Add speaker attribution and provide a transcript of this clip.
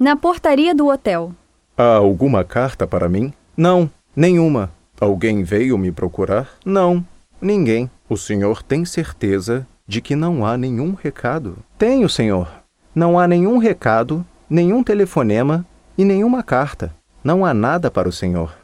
Speaker 1: Na portaria do hotel.
Speaker 2: Há alguma carta para mim? Não, nenhuma. Alguém veio me procurar? Não, ninguém. O senhor tem certeza de que não há nenhum recado? Tenho, senhor. Não há nenhum recado, nenhum telefonema e nenhuma carta. Não há nada para o senhor.